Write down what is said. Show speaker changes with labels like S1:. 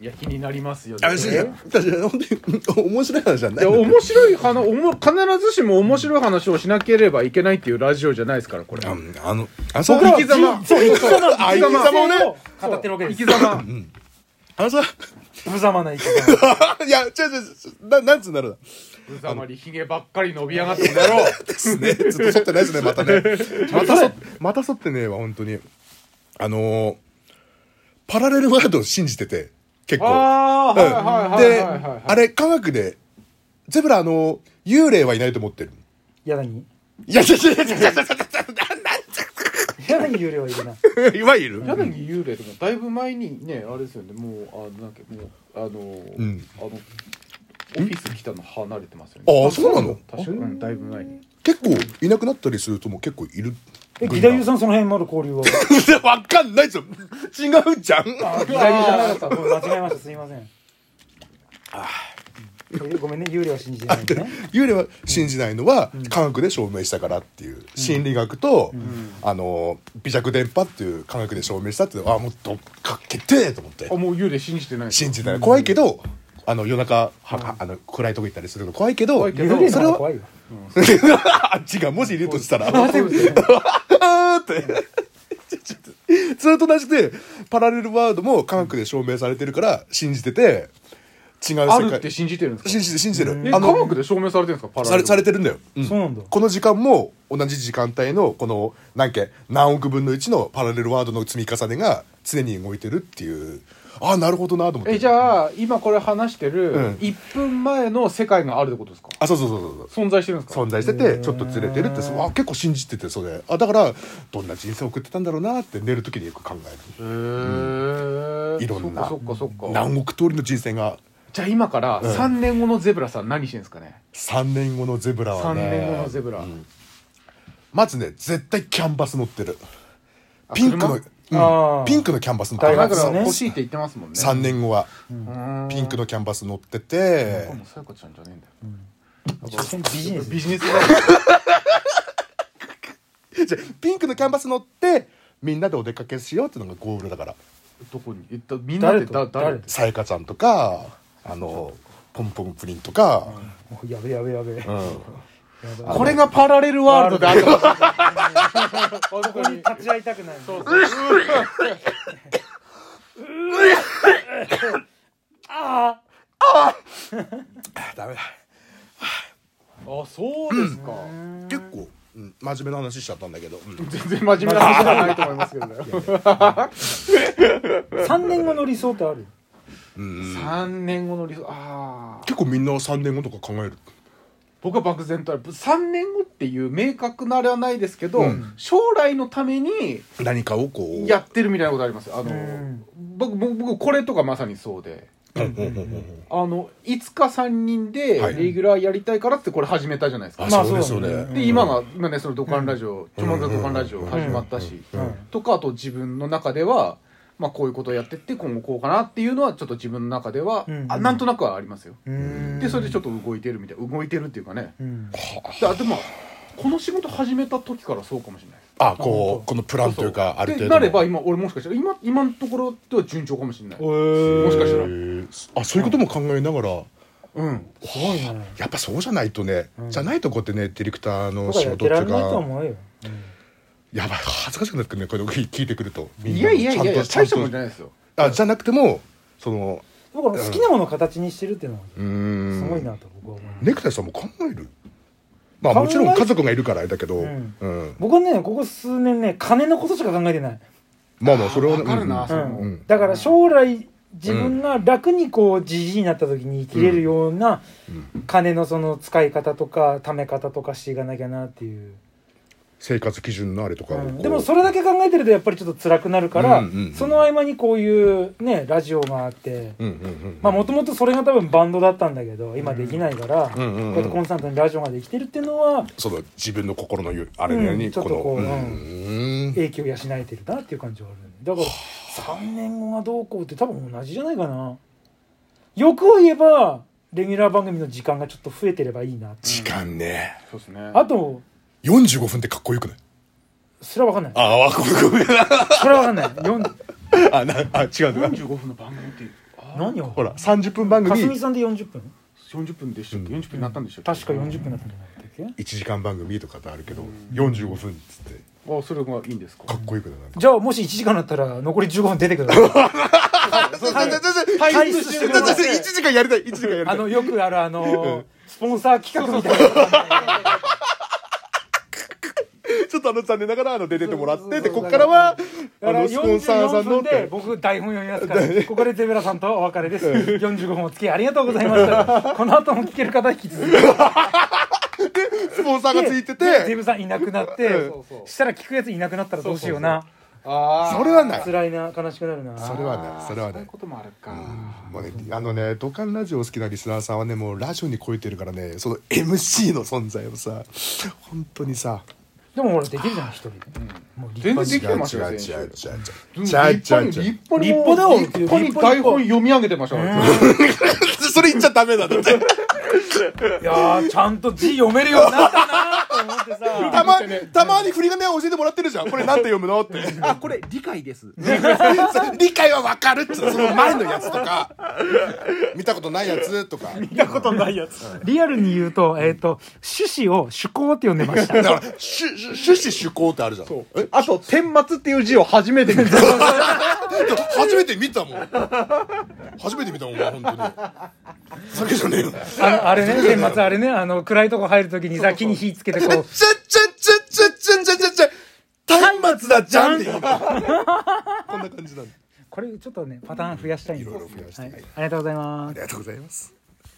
S1: いや気になりますよ
S2: あれし
S1: ね
S2: 確かに本当に面白い話じゃない
S1: いや面白い話おも必ずしも面白い話をしなければいけないっていうラジオじゃないですからこれ
S2: うんあの朝
S1: 僕
S2: 原
S1: は生き様
S2: そう生き様あ
S1: 生き
S2: 生き様
S1: 様
S2: をね
S1: そう
S3: 語ってるわけで
S1: 生
S3: す
S1: き様
S2: 朝
S3: 無様な生き方。
S2: いや違う違う違うななんつうんだろうな
S1: うざまりひげばっかり伸びやがってんだろう
S2: ですね。ずっと剃ってないですね、またね。またそ、また剃ってねえわ、本当に。あのー、パラレルワールドを信じてて、結構。
S1: ああ
S2: うん
S1: はいはい
S2: で、
S1: はいはい
S2: あれ、科学で、ゼブラ、あのー、幽霊はいないと思ってる。
S3: 柳
S2: いや、いやいやいやいやい
S3: 柳幽霊はいるな。
S2: やいわゆる。
S1: 柳幽霊とかだいぶ前にねあれですよねもうあなんかもうあのー
S2: うん
S1: あのオフィス来たの離れてますよね
S2: ああ、そうなの
S1: 確かにだいぶ前に
S2: 結構いなくなったりするとも結構いる。
S3: え、義太夫さんその辺まだ交流は。
S2: ん わかんないですよ。違うじゃん。
S3: あ、義太夫じゃなかった。ごめん間違えました。すいません。えごめんね、幽霊は信じてないのね。
S2: 幽霊は信じないのは科学で証明したからっていう心理学と、あの微弱電波っていう科学で証明したっていうのはあもうどっか決定と思って
S1: あもう幽霊信じてない
S2: 信じたら怖いけどあの夜中は、はあの暗いとこ行ったりするの怖いけど
S1: 怖いけど
S3: 幽霊
S2: そ
S3: の
S2: れ
S3: 方が
S2: は
S3: 怖いよ。
S2: あっちがもしいるとしたら
S1: そうですよね
S2: あーってちょっとそれと同じでパラレルワールドも科学で証明されてるから信じてて違う世界
S1: あるって信じてるんですか
S2: 信じて信じてる
S1: え科学で証明されてるんですかパラ
S2: さ
S1: レ
S2: れ
S1: ル
S2: されてるんだよ、うん
S3: そうなんだ。
S2: この時間も同じ時間帯のこの何け何億分の1のパラレルワードの積み重ねが常に動いてるっていうああなるほどなと思って
S1: えじゃあ今これ話して
S2: うん
S1: る1分前の世界があるってことですか
S2: あそうそうそうそう
S1: 存在してるんですか
S2: 存在しててちょっとずれてるってそうあ結構信じててそれあだからどんな人生送ってたんだろうなって寝る時によく考え
S1: へ
S2: ん
S1: え
S2: いろんな
S1: そっかそっかそ
S2: る
S1: っか
S2: 何億通りの人生が
S1: じゃあ今から
S2: うん
S1: 3年後のゼブラさん何してるんですかね
S2: 3年後のゼブラは
S1: 3
S2: ね
S1: 年後のゼブラ
S2: まずね絶対キャンバス乗ってる
S1: あ
S2: ピンクの、
S1: 車
S2: うん
S3: あー
S2: ピンクのキャンバス乗って
S3: 大
S1: だ
S3: 学
S1: か
S2: る
S3: 生
S1: ら
S3: ね
S1: 欲しいって言ってますもんね
S2: 3年後は
S1: うん
S2: ピンクのキャンバス乗ってて、
S1: もうさやかちゃんじゃねえんだよ
S3: 所詮ビジネス。
S1: ビ
S3: ビ
S1: ジネスだ
S2: じゃあピンクのキャンバス乗ってみんなでお出かけしようっていうのがゴールだから
S1: どこにえっとみんなでだ
S3: 誰と
S1: 誰
S3: 誰
S2: さやかちゃんとかあのポンポンプリンとか、
S3: やべやべやべ。やべ
S1: これがパラレルワールドであるかもしれない
S3: ここに立ち会いたくない。
S1: そうそう
S3: あ
S2: あダメだ
S1: あそうですか、
S2: 結構、うん真面目な話しちゃったんだけど、
S1: 全然真面目な話じゃないと思いますけどね
S3: あ。三年後の理想ってある。
S2: うん
S1: 3年後の理想ああ
S2: 結構みんな3年後とか考える
S1: 僕は漠然とある3年後っていう明確なあれはないですけど、
S2: うん
S1: 将来のために
S2: 何かをこう
S1: やってるみたいなことありますあの、
S3: うん
S1: 僕僕僕これとかまさにそうで
S2: うんうんうんうん
S1: あのいつか3人で
S2: はい
S1: レギュラーやりたいからってこれ始めたじゃないですか、
S2: あ、
S3: まあ
S2: そうね
S3: そ
S2: そうう
S3: だね
S2: ね
S1: で今が今ねその「ドカンラジオ」「トマトドカンラジオ」始まったし、
S3: うん
S1: とかあと自分の中では、まあ、こういうことをやってって今後こうかなっていうのはちょっと自分の中では、
S3: うん
S1: あなんとなくはありますよ、
S3: うん
S1: でそれでちょっと動いてるみたい動いてるっていうかね
S3: うん。
S1: だでもこの仕事始めた時からそうかもしれないです
S2: あこうこのプランというかある程
S1: で
S2: 度
S1: なれば今俺もしかしたら今今のところでは順調かもしれない
S3: も
S1: もしかしたら
S2: へーあそういうことも考えながら、
S1: うん
S3: 怖いね。
S2: やっぱそうじゃないとね、
S3: うん
S2: じゃないとこうやってねディレクターの
S3: 僕は
S2: 仕
S3: やっ
S2: 事っててい
S3: ら
S2: うんか
S3: ないと思うよ。
S2: やばい恥ずかしくなってくるねこれ聞いてくると
S1: いやいやいやいや
S2: ちゃ
S1: 大
S2: んと
S1: したもんじゃないですよ
S2: あじゃなくてもその
S3: 僕は好きなものを形にしてるっていうのは
S2: うーん
S3: すごいなと僕は思う。
S2: ネクタイさんも考えるまあ
S3: 考え
S2: もちろん家族がいるからあれだけど、う
S3: うんん僕はねここ数年ね金のことしか考えてない。
S2: まあまあそれは
S1: わかるな、
S2: うん
S1: その
S3: うんだから将来自分が楽にこうじじいになった時に生きれるような金のその使い方とか貯め方とかしていかなきゃなっていう、
S2: 生活基準のあれとかをこう、
S3: うんでもそれだけ考えてるとやっぱりちょっと辛くなるから、
S2: うんうんうん
S3: その合間にこういうねラジオがあって、
S2: うんうんうん
S3: まあもともとそれが多分バンドだったんだけど今できないから、
S2: うん
S3: こ
S2: うんうん
S3: うやってコンスタントにラジオができてるっていうのは
S2: その自分の心のゆあれのよう
S3: うん
S2: に
S3: ちょっ
S2: ことの、
S3: こう
S2: う
S3: うん
S2: ん
S3: 影響を養えてるなっていう感じはあるねだから3年後がどうこうって多分同じじゃないかな欲を言えばレギュラー番組の時間がちょっと増えてればいいなって
S2: 時間ね
S1: そうですね
S3: あと
S2: 45分ってかっこよくない
S3: それは分かんない
S2: ああごめんごめん
S3: それは分かんない
S2: あなあ違うんだ
S1: 45分の番組ってあー
S3: 何を
S2: ほら30分番
S3: かすみ
S2: 組
S3: さんで40分
S1: 40分でしたっけ、40分になったんでしたっけ
S3: 確か40分だったんじゃなかったっけ
S2: 1時間番組とかってあるけど45分っつって
S1: あーそれがいいんですか
S2: かっこよくないなんか
S3: じゃあもし1時間だったら残り15分出てく ださい退出してください
S2: 1時間やりたい1時間やりた
S3: あ
S2: い
S3: のよくあるあのスポンサー企画みたいな
S2: ちょっとあの残念ながらあの出てってもらっ
S3: そうそ
S2: て
S3: うそ
S2: で
S3: う
S2: こっからはあ
S3: だから
S2: のスポンサーさ
S3: 44
S2: んの
S3: 分
S2: っ
S3: で
S2: て
S3: 僕台本読みます からここでゼブラさんとお別れです45分お付き合いありがとうございました この後も聞ける方引き続き
S2: スポンサーがついて
S3: でゼ
S2: て
S3: ブさんいなくなって
S1: そうそう
S3: したら聞くやついなくなったらどうしような
S1: あー
S2: それはないそれ
S3: 辛いな悲しくなるな
S2: はないそれは
S1: そう
S2: な
S1: いう
S2: い
S1: こともあるか、
S2: もうね、あのね、土管ラジオ好きなリスナーさんはね、もうラジオに超えてるからね、その MC の存在をさ、本当にさ、
S3: でもほらできるじゃん一人でも う立派
S1: 全然
S3: に
S1: できて
S2: 違う違う違う違う
S1: ましたよ先
S2: 違う
S1: 生
S2: 違う違う
S1: 立
S2: 違う
S1: 派に立
S3: 立派だ
S1: 派に立
S3: もん
S1: 派に台本読み上げてましたから
S2: それ言っちゃダメなんだって。
S3: いやーちゃんと字読めるようになったなーと思ってさ
S2: たま、たまに振り仮名教えてもらってるじゃん。これなんて読むのって。
S1: あこれ理解です
S2: 理解はわかるっつうのその前のやつとか、見たことないやつとか。
S3: 見たことないやつ リアルに言うと,、えー、と趣旨を趣向って呼んでました
S2: だから、しゅ趣旨趣向ってあるじゃん。え
S1: あと「天末」っていう字を初めて見た
S2: でも初めて見たもん。初めて見たもん、お前、本当に。酒じゃねえよ。
S3: あのあれね天末あれねあの暗いとこ入るときにさ木に火つけ てこう
S2: ちゃちゃちゃちゃちゃちゃちゃちゃ松明だじゃんって言うこんな感じなんで
S3: これちょっとねパターン増やしたいんで
S2: いろいろ増やしたい
S3: はい、ありがとうございます
S2: ありがとうございます